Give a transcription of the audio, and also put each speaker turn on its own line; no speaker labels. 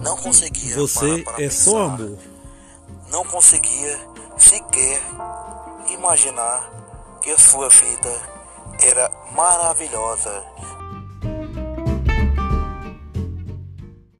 Não conseguia.
Você
parar para
é só
pensar.
amor.
Não conseguia sequer imaginar que a sua vida era maravilhosa